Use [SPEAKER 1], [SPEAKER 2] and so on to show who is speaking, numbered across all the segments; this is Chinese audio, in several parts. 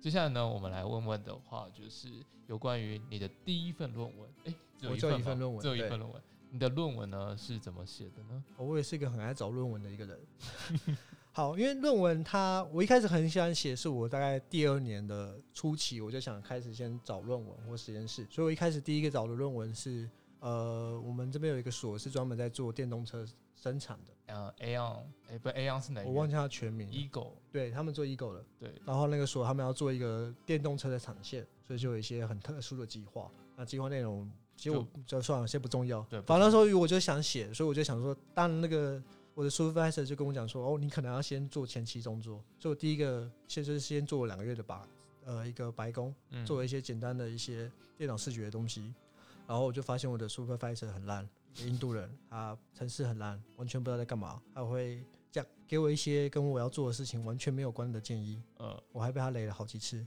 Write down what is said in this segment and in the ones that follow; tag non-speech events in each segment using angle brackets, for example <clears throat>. [SPEAKER 1] 接下来呢，我们来问问的话，就是有关于你的第一份论文。哎、只有
[SPEAKER 2] 我
[SPEAKER 1] 一
[SPEAKER 2] 只有
[SPEAKER 1] 份
[SPEAKER 2] 一份
[SPEAKER 1] 吗
[SPEAKER 2] 论文
[SPEAKER 1] 只有一
[SPEAKER 2] 对
[SPEAKER 1] 份论文。你的论文呢是怎么写的呢？
[SPEAKER 2] 我也是一个很爱找论文的一个人。 <laughs> 好，因为论文它，我一开始很喜欢写，是我大概第二年的初期，我就想开始先找论文或实验室，所以我一开始第一个找的论文是，呃，我们这边有一个所是专门在做电动车生产的，
[SPEAKER 1] 呃，Aon，哎、不，Aon 是哪一
[SPEAKER 2] 我忘
[SPEAKER 1] 个
[SPEAKER 2] 记它的全名了，
[SPEAKER 1] ？Eagle，
[SPEAKER 2] 对他们做 Eagle 的，
[SPEAKER 1] 对，
[SPEAKER 2] 然后那个所他们要做一个电动车的产线，所以就有一些很特殊的计划。那计划内容其实我就算了，先不重要。
[SPEAKER 1] 对不
[SPEAKER 2] 反正那时候我就想写，所以我就想说，当然那个我的 supervisor 就跟我讲说，哦，你可能要先做前期工作，所以我第一个先就是先做了两个月的吧，呃，一个白宫，
[SPEAKER 1] 嗯，
[SPEAKER 2] 做了一些简单的一些电脑视觉的东西，然后我就发现我的 supervisor 很烂，印度人，他程式很烂，完全不知道在干嘛，他会讲给我一些跟我要做的事情完全没有关的建议，
[SPEAKER 1] 呃，
[SPEAKER 2] 我还被他雷了好几次，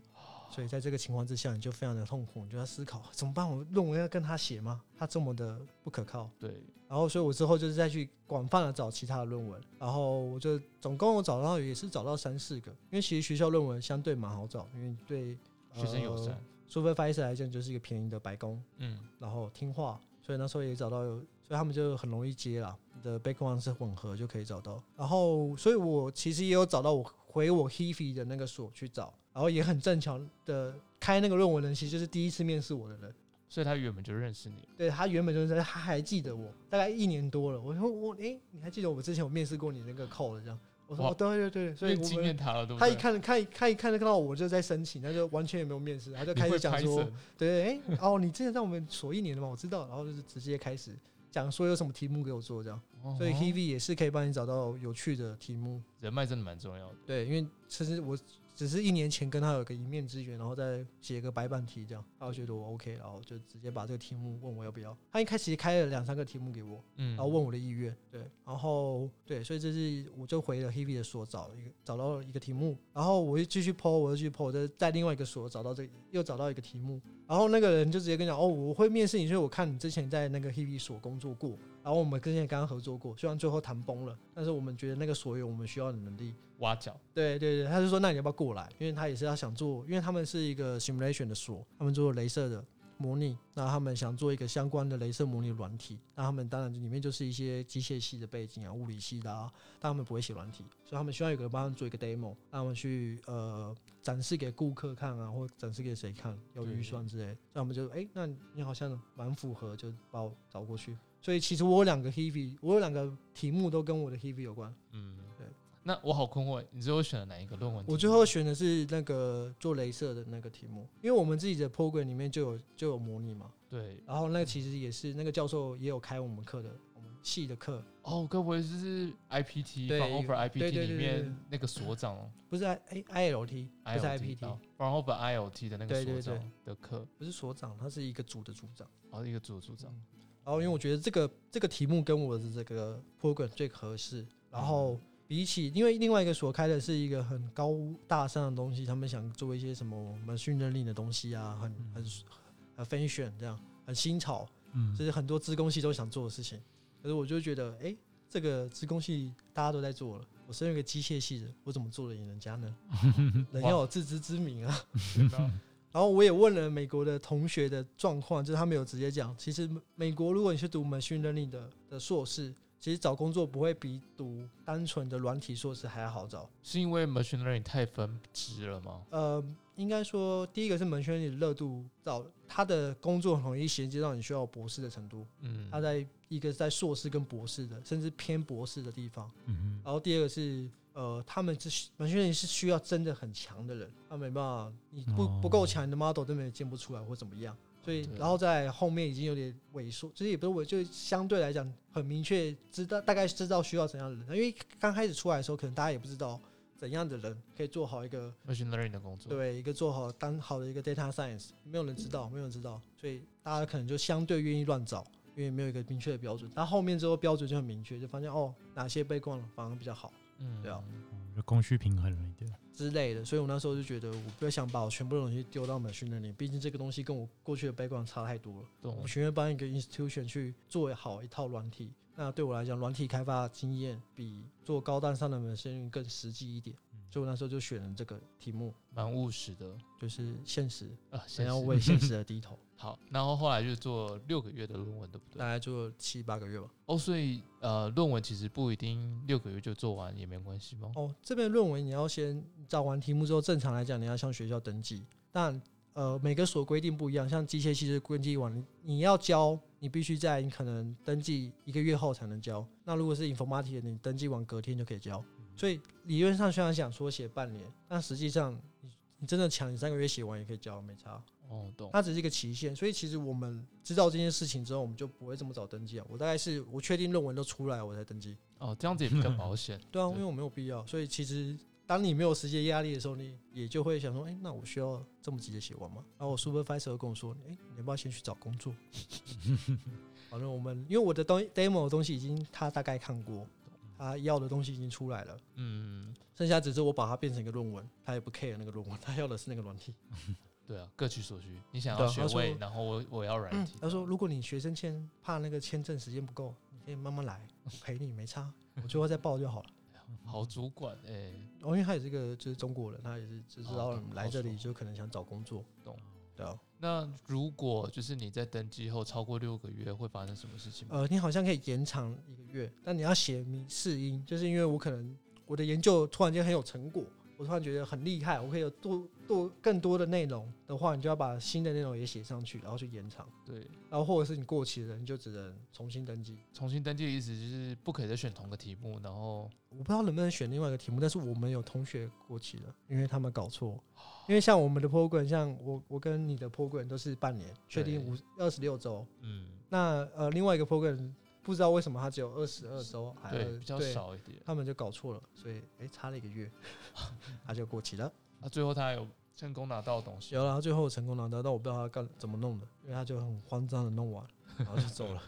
[SPEAKER 2] 所以在这个情况之下，你就非常的痛苦，你就要思考怎么办？我论文要跟他写吗？他这么的不可靠。
[SPEAKER 1] 对，
[SPEAKER 2] 然后，所以我之后就是再去广泛的找其他的论文，然后我就总共我找到也是找到三四个，因为其实学校论文相对蛮好找，因为对
[SPEAKER 1] 学生友
[SPEAKER 2] 呃
[SPEAKER 1] 善，
[SPEAKER 2] supervisor 来讲就是一个便宜的白工，
[SPEAKER 1] 嗯，
[SPEAKER 2] 然后听话，所以那时候也找到有，所以他们就很容易接啦。你的 background 是混合就可以找到，然后所以我其实也有找到我回我 Hefe 的那个所去找，然后也很正巧的开那个论文的人其实就是第一次面试我的人，
[SPEAKER 1] 所以他原本就认识你，
[SPEAKER 2] 对他原本就是在他还记得我，大概一年多了。我说我诶，你还记得我之前有面试过你那个 call 的这样？我说
[SPEAKER 1] 哇
[SPEAKER 2] 哦对对对，所以
[SPEAKER 1] 你
[SPEAKER 2] 我
[SPEAKER 1] 经
[SPEAKER 2] 们
[SPEAKER 1] 验他了，对不
[SPEAKER 2] 他
[SPEAKER 1] 对？
[SPEAKER 2] 一看看一看一看就看到我就在申请，他就完全也没有面试，他就
[SPEAKER 1] 你
[SPEAKER 2] 开始
[SPEAKER 1] 会
[SPEAKER 2] 讲
[SPEAKER 1] Python
[SPEAKER 2] 说。对，哎、哦，你之前在我们所一年的嘛，我知道，然后就是直接开始讲说有什么题目给我做这样，
[SPEAKER 1] 哦，
[SPEAKER 2] 所以 Heve 也是可以帮你找到有趣的题目。
[SPEAKER 1] 人脉真的蛮重要的。
[SPEAKER 2] 对，因为其实我只是一年前跟他有个一面之缘，然后再写个白板题这样，他就觉得我 OK，然后就直接把这个题目问我要不要。他一开始开了两三个题目给我，
[SPEAKER 1] 嗯，
[SPEAKER 2] 然啊后问我的意愿，对，然后对，所以这是我就回了 Hebe 的所找一个找到一个题目，然后我又继续 PO，我又继续 PO，再在另外一个所找到这又找到一个题目，然后那个人就直接跟你讲哦，我会面试你，所以我看你之前在那个 Hebe 所工作过，然后我们之前刚刚合作过，虽然最后谈崩了，但是我们觉得那个所有我们需要的能力，
[SPEAKER 1] 挖角，
[SPEAKER 2] 对对对，他就说那你要不要过来？因为他也是要想做，因为他们是一个 simulation 的所，他们做镭射的模拟，那他们想做一个相关的镭射模拟软体，那他们当然里面就是一些机械系的背景啊、物理系的啊，但他们不会写软体，所以他们需要有个人帮他们做一个 demo，让他们去呃展示给顾客看啊，或展示给谁看，有
[SPEAKER 1] 对
[SPEAKER 2] 预算之类，所以我们就哎、那你好像蛮符合，就把我找过去。所以其实我有两个 Heve，我有两个题目都跟我的 Heve 有关。
[SPEAKER 1] 嗯，
[SPEAKER 2] 对。
[SPEAKER 1] 那我好困惑，你最后选了哪一个论文题目？
[SPEAKER 2] 我最后选的是那个做镭射的那个题目，因为我们自己的 program 里面就有就有模拟嘛，
[SPEAKER 1] 对
[SPEAKER 2] 然后那个其实也是那个教授也有开我们课的，我们系的课，
[SPEAKER 1] 哦，该不会就是 IPT
[SPEAKER 2] 对
[SPEAKER 1] f r o over
[SPEAKER 2] 对
[SPEAKER 1] IPT
[SPEAKER 2] 对对
[SPEAKER 1] 里
[SPEAKER 2] 对对
[SPEAKER 1] 面那个所长
[SPEAKER 2] 不是 I I L T，不是嗯 I P T，哦
[SPEAKER 1] f r 哦 o over ILT 的那个
[SPEAKER 2] 对
[SPEAKER 1] 所
[SPEAKER 2] 对对
[SPEAKER 1] 长的课，
[SPEAKER 2] 不是所长，他是一个组的组长。
[SPEAKER 1] 然后一个组组长，
[SPEAKER 2] 然后因为我觉得这个这个题目跟我的这个 program 最合适，然后比起因为另外一个所开的是一个很高大上的东西，他们想做一些什么 machine learning 的东西啊，很很很 fashion 这样，很新潮，
[SPEAKER 1] 嗯
[SPEAKER 2] 这是很多资工系都想做的事情。可是我就觉得，哎、这个资工系大家都在做了，我身为一个机械系的，我怎么做得赢人家呢？人要有自知之明啊。然后我也问了美国的同学的状况，就是他们有直接讲，其实美国如果你去读 machine learning 的的硕士，其实找工作不会比读单纯的软体硕士还要好找。
[SPEAKER 1] 是因为 machine learning 太分支了吗？
[SPEAKER 2] 呃，应该说第一个是 machine learning 的热度到，它的工作很容易衔接到你需要博士的程度。
[SPEAKER 1] 嗯，
[SPEAKER 2] 他在一个是在硕士跟博士的，甚至偏博士的地方。
[SPEAKER 3] 嗯
[SPEAKER 2] 然后第二个是，呃，他们是需完全是需要真的很强的人，他没办法，你不
[SPEAKER 3] 哦
[SPEAKER 2] 不够强，你的 model 根本也建不出来或怎么样。所以
[SPEAKER 1] 对，
[SPEAKER 2] 然后在后面已经有点萎缩，就是也不是我就相对来讲很明确知道大概知道需要怎样的人，因为刚开始出来的时候，可能大家也不知道怎样的人可以做好一个
[SPEAKER 1] machine learning 的工作，
[SPEAKER 2] 对，一个做好当好的一个 data science，没有人知道，没有人知道，所以大家可能就相对愿意乱找，因为没有一个明确的标准。但后面之后标准就很明确，就发现哦，哪些被逛了反而比较好
[SPEAKER 1] 嗯，
[SPEAKER 2] 对啊
[SPEAKER 3] 哼，供需平衡了一点。
[SPEAKER 2] 之类的。所以我那时候就觉得，我不要想把我全部的东西丢到 machine learning，毕竟这个东西跟我过去的 background 差太多了。
[SPEAKER 1] 懂
[SPEAKER 2] 我。情愿帮一个 institution 去做好一套软体，那对我来讲，软体开发经验比做高大上的门生运更实际一点，所以我那时候就选了这个题目，
[SPEAKER 1] 蛮务实的
[SPEAKER 2] 就是现实，
[SPEAKER 1] 啊。
[SPEAKER 2] 想
[SPEAKER 1] 先
[SPEAKER 2] 要为现实而低头。
[SPEAKER 1] 好，然后后来就做六个月的论文，对不
[SPEAKER 2] 大
[SPEAKER 1] 对？
[SPEAKER 2] 概做七八个月吧。
[SPEAKER 1] 哦，所以呃，论文其实不一定六个月就做完也没关系吗？
[SPEAKER 2] 哦，这边论文你要先找完题目之后，正常来讲你要向学校登记，但呃每个所规定不一样，像机械系是规定完你你要交，你必须在你可能登记一个月后才能交。那如果是 informatic，你登记完隔天就可以交。
[SPEAKER 1] 嗯
[SPEAKER 2] 所以理论上虽然想说写半年，但实际上你你真的抢，你三个月写完也可以交，没差。
[SPEAKER 1] 哦，懂。
[SPEAKER 2] 它只是一个期限，所以其实我们知道这件事情之后，我们就不会这么早登记啊。我大概是我确定论文都出来，我才登记。
[SPEAKER 1] 哦，这样子也比较保险。
[SPEAKER 2] 对啊，
[SPEAKER 1] 对
[SPEAKER 2] 因为我没有必要，所以其实当你没有时间压力的时候，你也就会想说，哎、那我需要这么急着写完吗？然后我 supervisor 会跟我说，哎、你要不要先去找工作？ <laughs> 反正我们因为我的东 demo 的东西已经他大概看过，他要的东西已经出来了，
[SPEAKER 1] 嗯，
[SPEAKER 2] 剩下只是我把它变成一个论文，他也不 care 那个论文， <laughs> 他要的是那个软体。
[SPEAKER 1] 对啊，各取所需。你想
[SPEAKER 2] 对
[SPEAKER 1] 要
[SPEAKER 2] 啊
[SPEAKER 1] 学
[SPEAKER 2] 他说
[SPEAKER 1] 位，然后我我
[SPEAKER 2] <clears throat>
[SPEAKER 1] 要软体。
[SPEAKER 2] 他说，如果你学生签怕那个签证时间不够，你可以慢慢来，我陪你没差，我最后再报就好了。
[SPEAKER 1] 好主管哎、
[SPEAKER 2] 哦，因为他也是一个就是中国人，他也是就知道
[SPEAKER 1] 哦
[SPEAKER 2] 我们来这里
[SPEAKER 1] 懂
[SPEAKER 2] 就可能想找工作，
[SPEAKER 1] 懂？
[SPEAKER 2] 对啊，
[SPEAKER 1] 那如果就是你在登记后超过六个月，会发生什么事情吗？
[SPEAKER 2] 呃，你好像可以延长一个月，但你要写明示因，就是因为我可能我的研究突然间很有成果，我突然觉得很厉害，我可以有多多更多的内容的话，你就要把新的内容也写上去，然后去延长，
[SPEAKER 1] 对，
[SPEAKER 2] 然后或者是你过期了，你就只能重新登记。
[SPEAKER 1] 重新登记的意思就是不可以再选同个题目，然后
[SPEAKER 2] 我不知道能不能选另外一个题目，但是我们有同学过期了，因为他们搞错。
[SPEAKER 1] 哦
[SPEAKER 2] 因为像我们的 program，像我我跟你的 program 都是半年，确定五二十六周，
[SPEAKER 1] 嗯，
[SPEAKER 2] 那呃，另外一个 program 不知道为什么它只有二十二周，还
[SPEAKER 1] 对，比较，
[SPEAKER 2] 对
[SPEAKER 1] 少一点。
[SPEAKER 2] 他们就搞错了，所以哎、诶差了一个月， <laughs> 它就过期了。
[SPEAKER 1] 那、啊最后他有成功拿到东西，
[SPEAKER 2] 有了，最后我成功拿到，但我不知道他干怎么弄的，因为他就很慌张的弄完，然后就走了。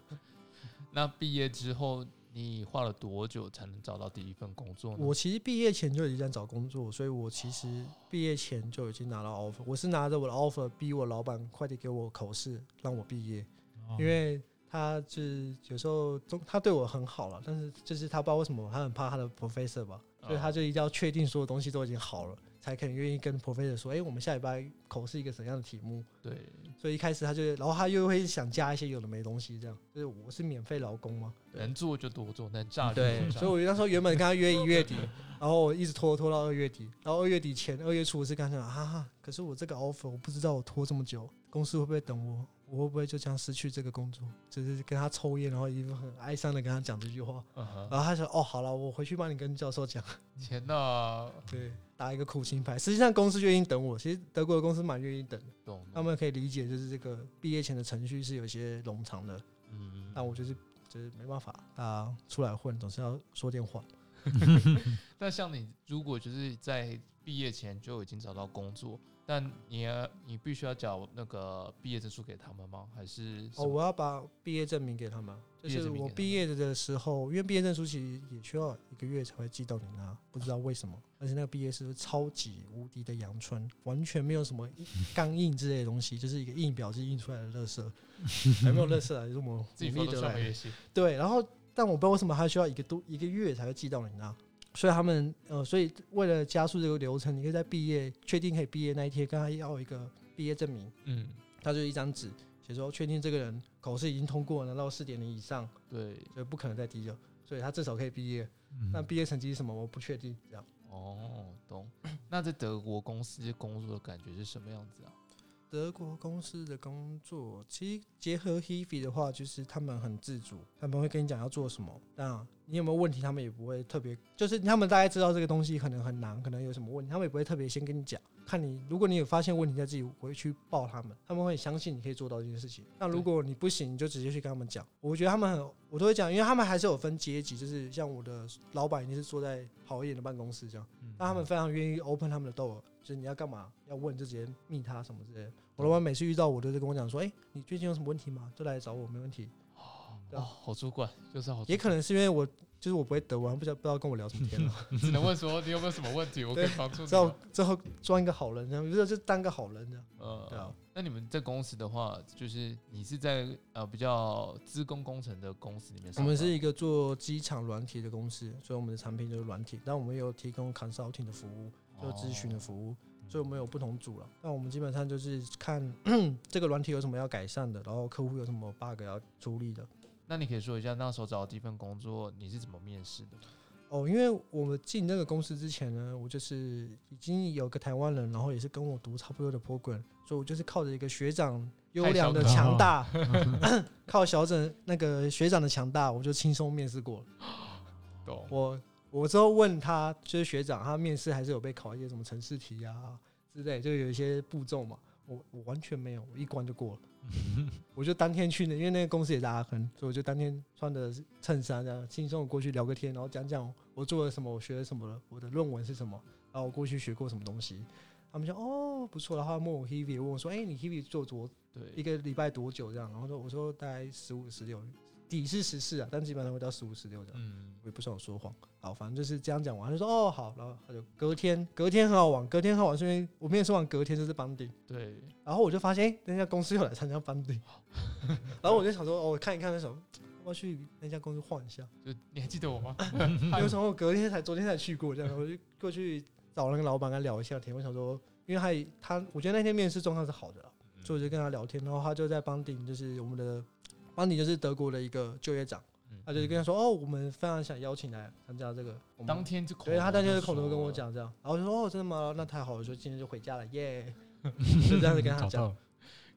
[SPEAKER 1] 那毕业之后你花了多久才能找到第一份工作呢？
[SPEAKER 2] 我其实毕业前就已经在找工作，所以我其实毕业前就已经拿到 offer，我是拿着我的 offer 逼我老板快点给我口试让我毕业，因为他就是有时候中他对我很好了，但是就是他不知道为什么他很怕他的 professor 吧，所以他就一定要确定所有东西都已经好了，才肯愿意跟 professor 说，哎、我们下礼拜口试一个怎样的题目？
[SPEAKER 1] 对，
[SPEAKER 2] 所以一开始他就，然后他又会想加一些有的没东西，这样就是我是免费劳工嘛，
[SPEAKER 1] 能做就多做，能炸就
[SPEAKER 2] 对，
[SPEAKER 1] 多炸
[SPEAKER 2] 所以我那时候原本跟他约
[SPEAKER 1] <laughs>
[SPEAKER 2] 一月底，然后我一直拖拖到二月底，然后二月底前二月初我是跟他讲啊，可是我这个 offer 我不知道我拖这么久，公司会不会等我？我会不会就这样失去这个工作？就是跟他抽烟，然后一副很哀伤的跟他讲这句话，
[SPEAKER 1] 嗯哼，
[SPEAKER 2] 然后他说哦，好了，我回去帮你跟教授
[SPEAKER 1] 嗯
[SPEAKER 2] 讲，
[SPEAKER 1] 天哪，
[SPEAKER 2] 对，打一个苦情牌。实际上公司就已经等我，其实德国的公司蛮愿意等的，
[SPEAKER 1] 懂
[SPEAKER 2] 他们可以理解就是这个毕业前的程序是有一些冗长的，
[SPEAKER 1] 嗯，
[SPEAKER 2] 但我就是就是没办法，大家出来混总是要说点话。
[SPEAKER 1] 那像你如果就是在毕业前就已经找到工作，但你要你必须要缴那个毕业证书给他们吗？还是什
[SPEAKER 2] 哦，
[SPEAKER 1] 么
[SPEAKER 2] 我要把毕业证明给他们，就
[SPEAKER 1] 毕业
[SPEAKER 2] 是
[SPEAKER 1] 证明
[SPEAKER 2] 我
[SPEAKER 1] 给他
[SPEAKER 2] 毕业的时候，因为毕业证书其实也需要一个月才会寄到你那，不知道为什么。而且那个毕业是超级无敌的阳春，完全没有什么钢印之类的东西，就是一个印表机印出来的垃圾，
[SPEAKER 1] <laughs>
[SPEAKER 2] 还没有垃圾啊，就是我们
[SPEAKER 1] 自己
[SPEAKER 2] 努
[SPEAKER 1] 说
[SPEAKER 2] 力
[SPEAKER 1] 都
[SPEAKER 2] 得
[SPEAKER 1] 上
[SPEAKER 2] 来
[SPEAKER 1] 个
[SPEAKER 2] 的
[SPEAKER 1] 月薪？
[SPEAKER 2] 对，然后但我不知道为什么还需要一个多一个月才会寄到你那，所以他们呃，所以为了加速这个流程，你可以在毕业确定可以毕业那一天，跟他要一个毕业证明，
[SPEAKER 1] 嗯，
[SPEAKER 2] 他就一张纸写说确定这个人考试已经通过，拿到四点零以上，
[SPEAKER 1] 对，
[SPEAKER 2] 所以不可能再低了，所以他至少可以毕业。
[SPEAKER 3] 嗯
[SPEAKER 2] 但毕业成绩是什么我不确定，这样。
[SPEAKER 1] 哦，懂。那在德国公司工作的感觉是什么样子啊？
[SPEAKER 2] 德国公司的工作，其实结合 Hebe 的话，就是他们很自主，他们会跟你讲要做什么。那你有没有问题，他们也不会特别，就是他们大概知道这个东西可能很难，可能有什么问题，他们也不会特别先跟你讲。看你，如果你有发现问题，再自己回去报他们，他们会很相信你可以做到这件事情。那如果你不行，你就直接去跟他们讲。我觉得他们很，我都会讲，因为他们还是有分阶级，就是像我的老板一定是坐在好一点的办公室这样。那他们非常愿意 open 他们的 door，就是你要干嘛要问就直接密他什么之类的。我老板每次遇到我都是跟我讲说，哎、你最近有什么问题吗？就来找我，没问题。
[SPEAKER 1] 哦，好主管就是好主管，
[SPEAKER 2] 啊也可能是因为我就是我不会德文，不知道不知道跟我聊什么天了。
[SPEAKER 1] 只能问说你有没有什么问题，我可以
[SPEAKER 2] <laughs>
[SPEAKER 1] 帮助你
[SPEAKER 2] 之后
[SPEAKER 1] 吗。
[SPEAKER 2] 之后装一个好人，这样就是就当个好人这样。对啊
[SPEAKER 1] 呃，那你们在公司的话，就是你是在呃比较资工工程的公司里面上班，
[SPEAKER 2] 我们是一个做机场软体的公司，所以我们的产品就是软体，但我们也有提供 consulting 的服务，就咨询的
[SPEAKER 1] 哦
[SPEAKER 2] 服务，所以我们有不同组了。但我们基本上就是看 <clears throat> 这个软体有什么要改善的，然后客户有什么 bug 要处理的。
[SPEAKER 1] 那你可以说一下那时候找的第一份工作你是怎么面试的？
[SPEAKER 2] 哦，因为我们进那个公司之前呢，我就是已经有个台湾人，然后也是跟我读差不多的 program，所以我就是靠着一个学长优良的
[SPEAKER 3] 太小
[SPEAKER 2] 强
[SPEAKER 3] 了
[SPEAKER 2] 大， <coughs> 靠小整那个学长的强大，我就轻松面试过了。
[SPEAKER 1] 懂
[SPEAKER 2] 我我之后问他，就是学长，他面试还是有被考一些什么城市题啊之类，就有一些步骤嘛。我我完全没有，我一关就过了。我就当天去的，因为那个公司也在阿亨，所以我就当天穿的衬衫这样轻松地过去聊个天，然后讲讲我做了什么，我学了什么了，我的论文是什么，然后我过去学过什么东西。他们说哦不错，然后他问我 Hebe，问我说哎、你 Hebe 做多
[SPEAKER 1] 对，
[SPEAKER 2] 一个礼拜多久这样？然后说我说大概十五十六，底是十四啊，但基本上会到十五十六这样。
[SPEAKER 1] 嗯，
[SPEAKER 2] 我也不算我说谎，好，反正就是这样讲完，他就说哦好，然后他就隔天，隔天很好玩，隔天很好玩，是因为我面试完隔天就是班顶，
[SPEAKER 1] 对，
[SPEAKER 2] 然后我就发现，哎、那家公司又来参加班顶， <laughs> 然后我就想说，哦，我看一看那什么，要不要去那家公司晃一下？
[SPEAKER 1] 就你还记得我
[SPEAKER 2] <laughs>
[SPEAKER 1] 吗？
[SPEAKER 2] 有时候我隔天才，昨天才去过，这样我就过去找那个老板跟他聊一下天，我想说，因为他也他，我觉得那天面试状况是好的啦，所以我就跟他聊天，然后他就在邦顶，就是我们的邦顶就是德国的一个就业长。
[SPEAKER 1] 嗯
[SPEAKER 2] 他就跟他说：“哦，我们非常想邀请来参加这个。我们
[SPEAKER 1] 当天就口
[SPEAKER 2] 对他当天
[SPEAKER 1] 就
[SPEAKER 2] 就口头跟我
[SPEAKER 1] 说，
[SPEAKER 2] 讲这样，然后我就说哦，真的吗？那太好了，就今天就回家了， <laughs> 耶、就这样子跟他
[SPEAKER 3] 找
[SPEAKER 2] 讲。
[SPEAKER 3] 到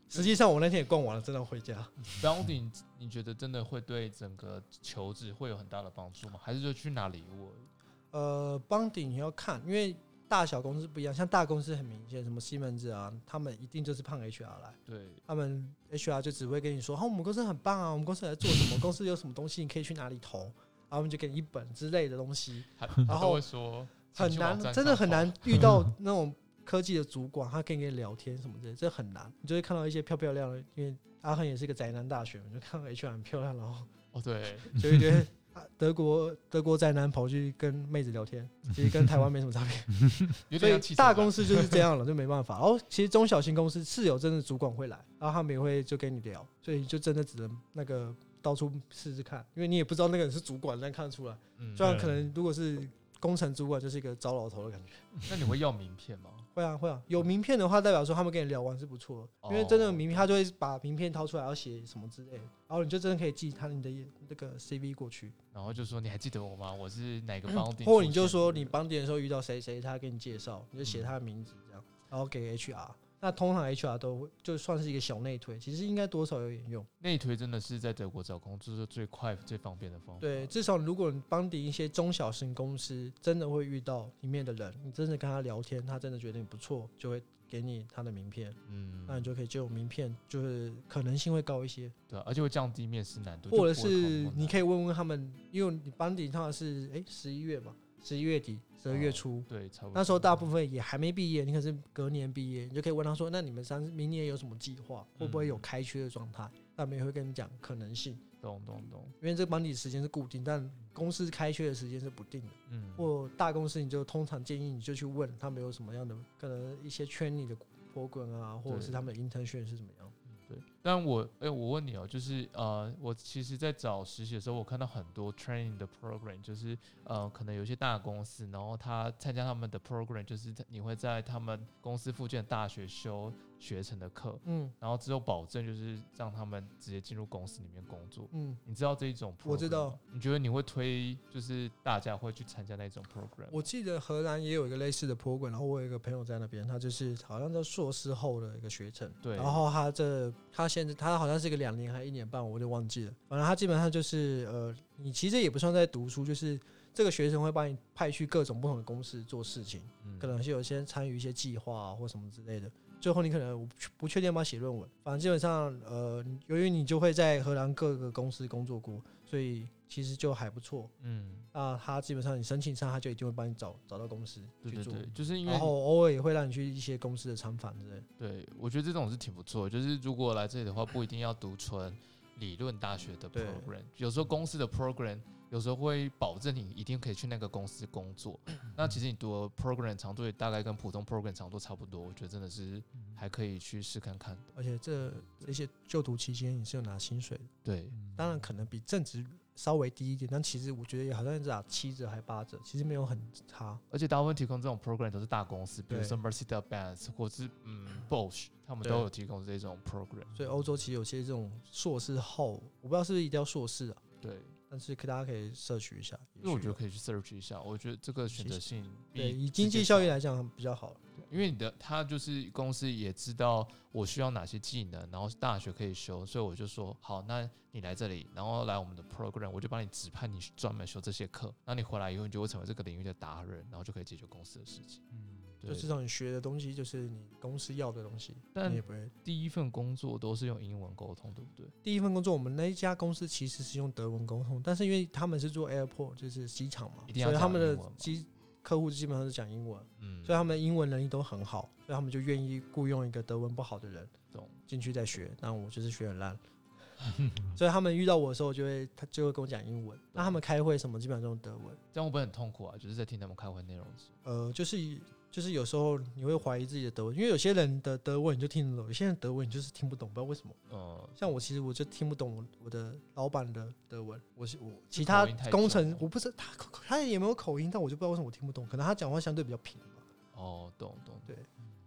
[SPEAKER 2] 实际上我那天也逛完了，真的回家。
[SPEAKER 1] 当顶你觉得真的会对整个求职会有很大的帮助吗？还是就去拿礼物而已？
[SPEAKER 2] 呃，邦顶你要看，因为大小公司不一样，像大公司很明显，什么西门子啊，他们一定就是胖 HR 来，
[SPEAKER 1] 对，
[SPEAKER 2] 他们 HR 就只会跟你说，哦，我们公司很棒啊，我们公司在做什么，公司有什么东西，你可以去哪里投，然后我们就给你一本之类的东西。
[SPEAKER 1] 他
[SPEAKER 2] 然
[SPEAKER 1] 他
[SPEAKER 2] 后
[SPEAKER 1] 都会说
[SPEAKER 2] 很难，真的很。难遇到那种科技的主管，他可以跟你聊天什么之类，这很难。你就会看到一些漂漂亮亮，因为阿亨也是一个宅男大学，你就看到 HR 很漂亮，
[SPEAKER 1] <laughs>
[SPEAKER 2] 然后
[SPEAKER 1] 请往站上跑哦，对，
[SPEAKER 2] <laughs> 就会觉得啊德国德国宅男跑去跟妹子聊天，
[SPEAKER 1] <laughs>
[SPEAKER 2] 其实跟台湾没什么差别。
[SPEAKER 1] 有
[SPEAKER 2] 所
[SPEAKER 1] 点
[SPEAKER 2] 以
[SPEAKER 1] 像汽车
[SPEAKER 2] 大
[SPEAKER 1] 站
[SPEAKER 2] 公司就是这样了，就没办法。然后其实中小型公司是有真的主管会来，然后他们也会就跟你聊，所以就真的只能那个到处试试看，因为你也不知道那个人是主管，但看得出来。
[SPEAKER 1] 嗯
[SPEAKER 2] 虽然可能如果是工程主管，就是一个糟老头的感觉。
[SPEAKER 1] 那你会要名片吗？
[SPEAKER 2] 会啊会啊，有名片的话，代表说他们跟你聊完是不错的，因为真的有名片，他就会把名片掏出来，要写什么之类的，然后你就真的可以寄他你的那个 CV 过去，
[SPEAKER 1] 然后就说你还记得我吗？我是
[SPEAKER 2] <clears throat>
[SPEAKER 1] 哪个帮顶？
[SPEAKER 2] 或者你就说你帮点的时候遇到谁谁，他给你介绍，你就写他的名字这样，然后给 HR。那通常 HR 都会就算是一个小内推，其实应该多少有点用。
[SPEAKER 1] 内推真的是在德国找工作是最快最方便的方法。
[SPEAKER 2] 对，哦至少如果你帮顶一些中小型公司，真的会遇到里面的人，你真的跟他聊天，他真的觉得你不错，就会给你他的名片，
[SPEAKER 1] 嗯，
[SPEAKER 2] 那你就可以借用名片，就是可能性会高一些。
[SPEAKER 1] 对啊，而且会降低面试难度，
[SPEAKER 2] 或者
[SPEAKER 1] 就不会考那
[SPEAKER 2] 是
[SPEAKER 1] 么
[SPEAKER 2] 你
[SPEAKER 1] 难
[SPEAKER 2] 可以问问他们，因为你班底通常是哎十一月嘛，十一月底、十二月初，
[SPEAKER 1] 对，差不多
[SPEAKER 2] 那时候大部分也还没毕业，你可是隔年毕业，你就可以问他说，那你们三明年有什么计划，会不会有
[SPEAKER 1] 嗯
[SPEAKER 2] 开缺的状态？他们也会跟你讲可能性，
[SPEAKER 1] 懂懂懂，
[SPEAKER 2] 因为这个班底时间是固定，但公司开缺的时间是不定的。
[SPEAKER 1] 嗯，
[SPEAKER 2] 或大公司你就通常建议你就去问他们有什么样的可能一些圈里的 program 啊，或者是
[SPEAKER 1] 对
[SPEAKER 2] 他们的 internship 是怎么样。
[SPEAKER 1] 对。但我哎、我问你哦、就是呃，我其实，在找实习的时候，我看到很多 training 的 program，就是呃，可能有些大公司，然后他参加他们的 program，就是在你会在他们公司附近的大学修学成的课，
[SPEAKER 2] 嗯
[SPEAKER 1] 然后之后保证就是让他们直接进入公司里面工作。
[SPEAKER 2] 嗯，
[SPEAKER 1] 你知道这一种 program 吗？
[SPEAKER 2] 我知道
[SPEAKER 1] 你觉得你会推，就是大家会去参加那种 program？
[SPEAKER 2] 我记得荷兰也有一个类似的 program，然后我有一个朋友在那边，他就是好像叫硕士后的一个学程，
[SPEAKER 1] 对
[SPEAKER 2] 然后他这他现在他好像是一个两年还一年半，我有点忘记了。反正他基本上就是呃，你其实也不算在读书，就是这个学生会把你派去各种不同的公司做事情，
[SPEAKER 1] 嗯
[SPEAKER 2] 可能是有些参与一些计划、啊、或什么之类的。最后你可能我不不确定要不要写论文，反正基本上呃，由于你就会在荷兰各个公司工作过，所以其实就还不错。
[SPEAKER 1] 嗯，
[SPEAKER 2] 那他基本上你申请上，他就一定会帮你找找到公司
[SPEAKER 1] 对
[SPEAKER 2] 去
[SPEAKER 1] 对
[SPEAKER 2] 做，
[SPEAKER 1] 对，就是因为
[SPEAKER 2] 然后偶尔也会让你去一些公司的参访之类的。
[SPEAKER 1] 对，我觉得这种是挺不错的。就是如果来这里的话，不一定要读纯理论大学的
[SPEAKER 2] 对
[SPEAKER 1] program，有时候公司的 program 有时候会保证你一定可以去那个公司工
[SPEAKER 2] <clears throat>
[SPEAKER 1] 作。那其实你读的 program 长度也大概跟普通 program 长度差不多，我觉得真的是
[SPEAKER 2] 嗯
[SPEAKER 1] 还可以去试看看的。
[SPEAKER 2] 而且这这些就读期间你是有拿薪水的，
[SPEAKER 1] 对，
[SPEAKER 2] 当然可能比正职稍微低一点，但其实我觉得也好像是打七折还八折，其实没有很差。
[SPEAKER 1] 而且大部分提供这种 program 都是大公司，比如
[SPEAKER 2] 对
[SPEAKER 1] 说 Mercedes-Benz 或是
[SPEAKER 2] <clears throat>
[SPEAKER 1] 嗯 Bosch，他们
[SPEAKER 2] 对
[SPEAKER 1] 都有提供这种 program。
[SPEAKER 2] 所以欧洲其实有些这种硕士后，我不知道是不是一定要硕士啊，
[SPEAKER 1] 对，
[SPEAKER 2] 但是可大家可以摄取一下。也
[SPEAKER 1] 因为我
[SPEAKER 2] 许
[SPEAKER 1] 觉得
[SPEAKER 2] 有
[SPEAKER 1] 可以去 search 一下，我觉得这个选择性比
[SPEAKER 2] 对以
[SPEAKER 1] 直接
[SPEAKER 2] 经济效益
[SPEAKER 1] 找，
[SPEAKER 2] 来讲比较好。
[SPEAKER 1] 因为你的他就是公司也知道我需要哪些技能，然后大学可以修，所以我就说好，那你来这里，然后来我们的 program，我就帮你指派你专门修这些课，那你回来以后你就会成为这个领域的达人，然后就可以解决公司的事情。
[SPEAKER 2] 就
[SPEAKER 1] 对，
[SPEAKER 2] 至少你学的东西就是你公司要的东西，
[SPEAKER 1] 但
[SPEAKER 2] 你也不会。
[SPEAKER 1] 第一份工作都是用英文沟通，对不对？
[SPEAKER 2] 第一份工作，我们那一家公司其实是用德文沟通，但是因为他们是做 airport，就是机场嘛，
[SPEAKER 1] 一定要
[SPEAKER 2] 所以他
[SPEAKER 1] 讲
[SPEAKER 2] 们
[SPEAKER 1] 英
[SPEAKER 2] 的
[SPEAKER 1] 文嘛
[SPEAKER 2] 机客户基本上是讲英文，
[SPEAKER 1] 嗯，
[SPEAKER 2] 所以他们的英文能力都很好，所以他们就愿意雇佣一个德文不好的人
[SPEAKER 1] 懂
[SPEAKER 2] 进去再学。但我就是学很烂，所以他们遇到我的时候就会他就会跟我讲英文。
[SPEAKER 1] 嗯
[SPEAKER 2] 那他们开会什么基本上都用德文，
[SPEAKER 1] 这样会不会很痛苦啊？就是在听他们开会内容的时候，
[SPEAKER 2] 呃，就是就是有时候你会怀疑自己的德文，因为有些人的德文你就听得懂，有些人德文你就是听不懂，不知道为什么。
[SPEAKER 1] 嗯，
[SPEAKER 2] 像我其实我就听不懂我的老板的德文，我是我其
[SPEAKER 1] 口
[SPEAKER 2] 他
[SPEAKER 1] 音太
[SPEAKER 2] 工
[SPEAKER 1] 重
[SPEAKER 2] 程
[SPEAKER 1] 了
[SPEAKER 2] 我不是他他也没有口音，但我就不知道为什么我听不懂，可能他讲话相对比较平吧。
[SPEAKER 1] 哦，懂懂。懂
[SPEAKER 2] 对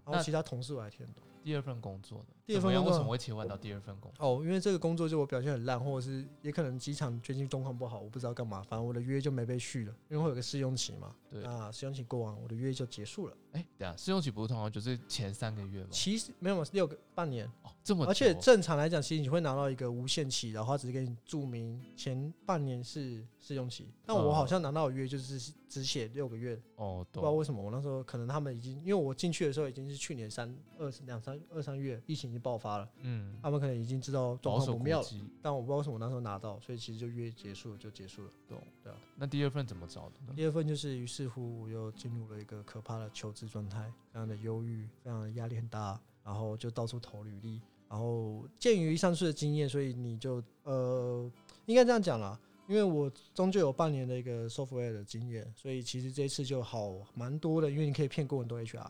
[SPEAKER 2] 然后
[SPEAKER 1] 那
[SPEAKER 2] 其他同事我还听得懂。
[SPEAKER 1] 第二份工作呢？
[SPEAKER 2] 第二
[SPEAKER 1] 怎么
[SPEAKER 2] 份
[SPEAKER 1] 样
[SPEAKER 2] 工
[SPEAKER 1] 为
[SPEAKER 2] 作
[SPEAKER 1] 什么会切换到第二份工作？
[SPEAKER 2] 哦，因为这个工作就我表现很烂，或者是也可能机场最近状况不好，我不知道干嘛，反正我的约就没被续了，因为会有个试用期嘛。
[SPEAKER 1] 对
[SPEAKER 2] 那试用期过完，我的约就结束了。
[SPEAKER 1] 哎、等一下试用期不是通常就是前三个月吗？
[SPEAKER 2] 其实没有六个半年，
[SPEAKER 1] 哦，这么久，
[SPEAKER 2] 而且正常来讲，其实你会拿到一个无限期，然后他只是给你注明前半年是试用期。但我
[SPEAKER 1] 嗯
[SPEAKER 2] 好像拿到的约就是只写六个月，
[SPEAKER 1] 哦，
[SPEAKER 2] 不知道
[SPEAKER 1] 懂，
[SPEAKER 2] 为什么。我那时候可能他们已经，因为我进去的时候已经是去年三二两三二三月，疫情已经爆发了，
[SPEAKER 1] 嗯，
[SPEAKER 2] 他们可能已经知道状
[SPEAKER 1] 保
[SPEAKER 2] 况
[SPEAKER 1] 守
[SPEAKER 2] 不
[SPEAKER 1] 估
[SPEAKER 2] 妙了。
[SPEAKER 1] 计，
[SPEAKER 2] 但我不知道为什么我那时候拿到，所以其实就约结束了就结束了。
[SPEAKER 1] 懂，
[SPEAKER 2] 对啊。
[SPEAKER 1] 那第二份怎么找的呢？
[SPEAKER 2] 第二份就是，于是乎我又进入了一个可怕的求职状态，非常的忧郁，非常的压力很大，然后就到处投履历，然后鉴于上次的经验，所以你就呃，应该这样讲啦，因为我终究有半年的一个 software 的经验，所以其实这一次就好蛮多的，因为你可以骗过很多 HR。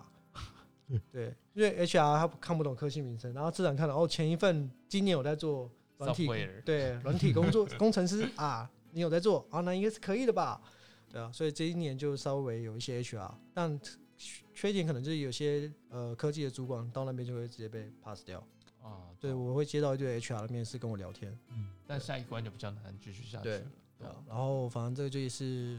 [SPEAKER 2] 对，因为 HR 他看不懂科技名称，然后自然看到哦，前一份今年我在做软体
[SPEAKER 1] Software
[SPEAKER 2] 对，软体工作 <laughs> 工程师啊，你有在做啊，那应该是可以的吧？对啊，所以这一年就稍微有一些 HR，但缺缺点可能就是有些呃科技的主管到那边就会直接被 pass 掉。
[SPEAKER 1] 啊，
[SPEAKER 2] 对，
[SPEAKER 1] 懂，
[SPEAKER 2] 我会接到一堆 HR 的面试跟我聊天，
[SPEAKER 1] 但下一关就比较难继续下去
[SPEAKER 2] 对
[SPEAKER 1] 了。
[SPEAKER 2] 对啊
[SPEAKER 1] 懂，
[SPEAKER 2] 然后反正这个就也是，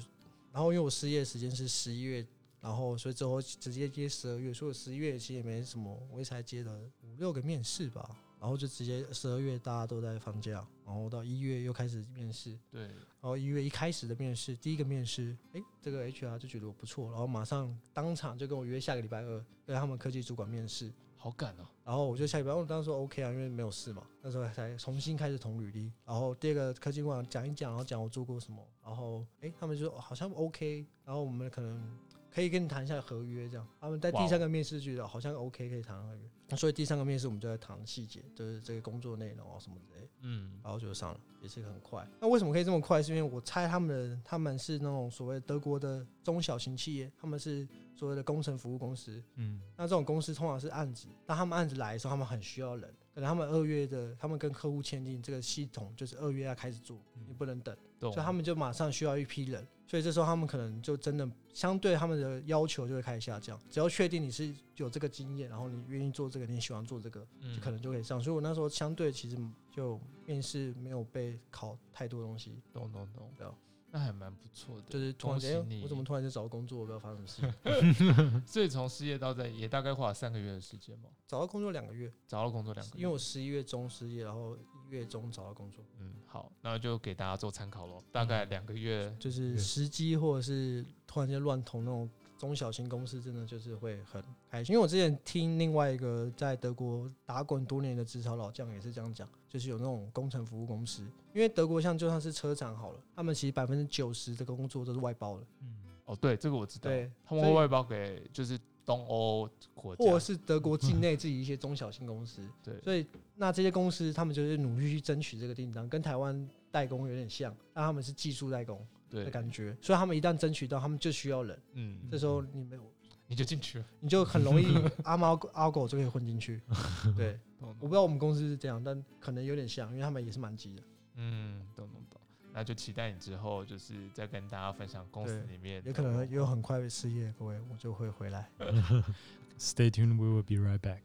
[SPEAKER 2] 然后因为我失业的时间是十一月，然后所以之后直接接十二月，所以我十一月其实也没什么，我也才接了五六个面试吧，然后就直接十二月大家都在放假，然后到一月又开始面试，
[SPEAKER 1] 对，
[SPEAKER 2] 然后一月一开始的面试，第一个面试，诶，这个 HR 就觉得我不错，然后马上当场就跟我约下个礼拜二跟他们科技主管面试，
[SPEAKER 1] 好赶哦，
[SPEAKER 2] 然后我就下礼拜，我当时说 OK 啊，因为没有事嘛，那时候才重新开始投履历。然后第二个科技部长讲一讲，然后讲我做过什么，然后诶，他们就说、哦好像 OK，然后我们可能可以跟你谈一下合约这样。他们在
[SPEAKER 1] 哇
[SPEAKER 2] 第
[SPEAKER 1] 哦
[SPEAKER 2] 三个面试就觉得好像 OK 可以谈合约，那所以第三个面试我们就在谈细节，就是这个工作内容啊什么之类的，
[SPEAKER 1] 嗯，
[SPEAKER 2] 然后就上了，也是很快。那为什么可以这么快？是因为我猜他们的他们是那种所谓德国的中小型企业，他们是所谓的工程服务公司，
[SPEAKER 3] 嗯，
[SPEAKER 2] 那这种公司通常是案子，当他们案子来的时候，他们很需要人。可能他们二月的，他们跟客户签订这个系统，就是二月要开始做，你不能等，
[SPEAKER 1] 懂，
[SPEAKER 2] 所以他们就马上需要一批人。所以这时候他们可能就真的相对他们的要求就会开始下降。只要确定你是有这个经验，然后你愿意做这个，你也喜欢做这个，
[SPEAKER 1] 嗯
[SPEAKER 2] 就可能就可以上。所以我那时候相对其实就面试没有被考太多东西，
[SPEAKER 1] 懂懂懂，
[SPEAKER 2] 对啊
[SPEAKER 1] 那还蛮不错的。
[SPEAKER 2] 就是突然间、
[SPEAKER 1] 恭喜
[SPEAKER 2] 哎
[SPEAKER 1] 你
[SPEAKER 2] 我怎么突然就找到工作，我不知道发生什么事。
[SPEAKER 1] 所以从失业到在也大概花了三个月的时间嘛，
[SPEAKER 2] 找到工作两个月，
[SPEAKER 1] 找到工作两个月，
[SPEAKER 2] 因为我十一月中失业，然后一月中找到工作。
[SPEAKER 1] 嗯，好，那就给大家做参考喽。大概两个月，
[SPEAKER 2] 就是
[SPEAKER 3] 对
[SPEAKER 2] 时机或者是突然间乱投那种中小型公司，真的就是会很开心。因为我之前听另外一个在德国打滚多年的职场老将也是这样讲，就是有那种工程服务公司，因为德国像就算是车厂好了，他们其实百分之九十的工作都是外包的，
[SPEAKER 1] 哦，对，这个我知道，
[SPEAKER 2] 对，
[SPEAKER 1] 他们
[SPEAKER 2] 所
[SPEAKER 1] 会
[SPEAKER 2] 以
[SPEAKER 1] 外包给就是东欧国家
[SPEAKER 2] 或者，是德国境内自己一些中小型公司，
[SPEAKER 1] 对，
[SPEAKER 2] 所以那这些公司他们就是努力去争取这个订单，跟台湾代工有点像，但他们是技术代工的
[SPEAKER 1] 对，
[SPEAKER 2] 感觉，所以他们一旦争取到，他们就需要人。
[SPEAKER 1] 嗯，
[SPEAKER 2] 这时候你没有，
[SPEAKER 1] 你就进去了。
[SPEAKER 2] 你就很
[SPEAKER 1] <laughs>
[SPEAKER 2] 容易阿猫阿狗就可以混进去。对，
[SPEAKER 1] 懂
[SPEAKER 2] 我不知道我们公司是这样，但可能有点像，因为他们也是蛮急的，
[SPEAKER 1] 嗯，懂懂懂。那就期待你之后就是再跟大家分享公司
[SPEAKER 2] 对
[SPEAKER 1] 里面的
[SPEAKER 2] 也可能也有很快会失业，各位我就会回来。
[SPEAKER 3] Stay tuned, we will be right back.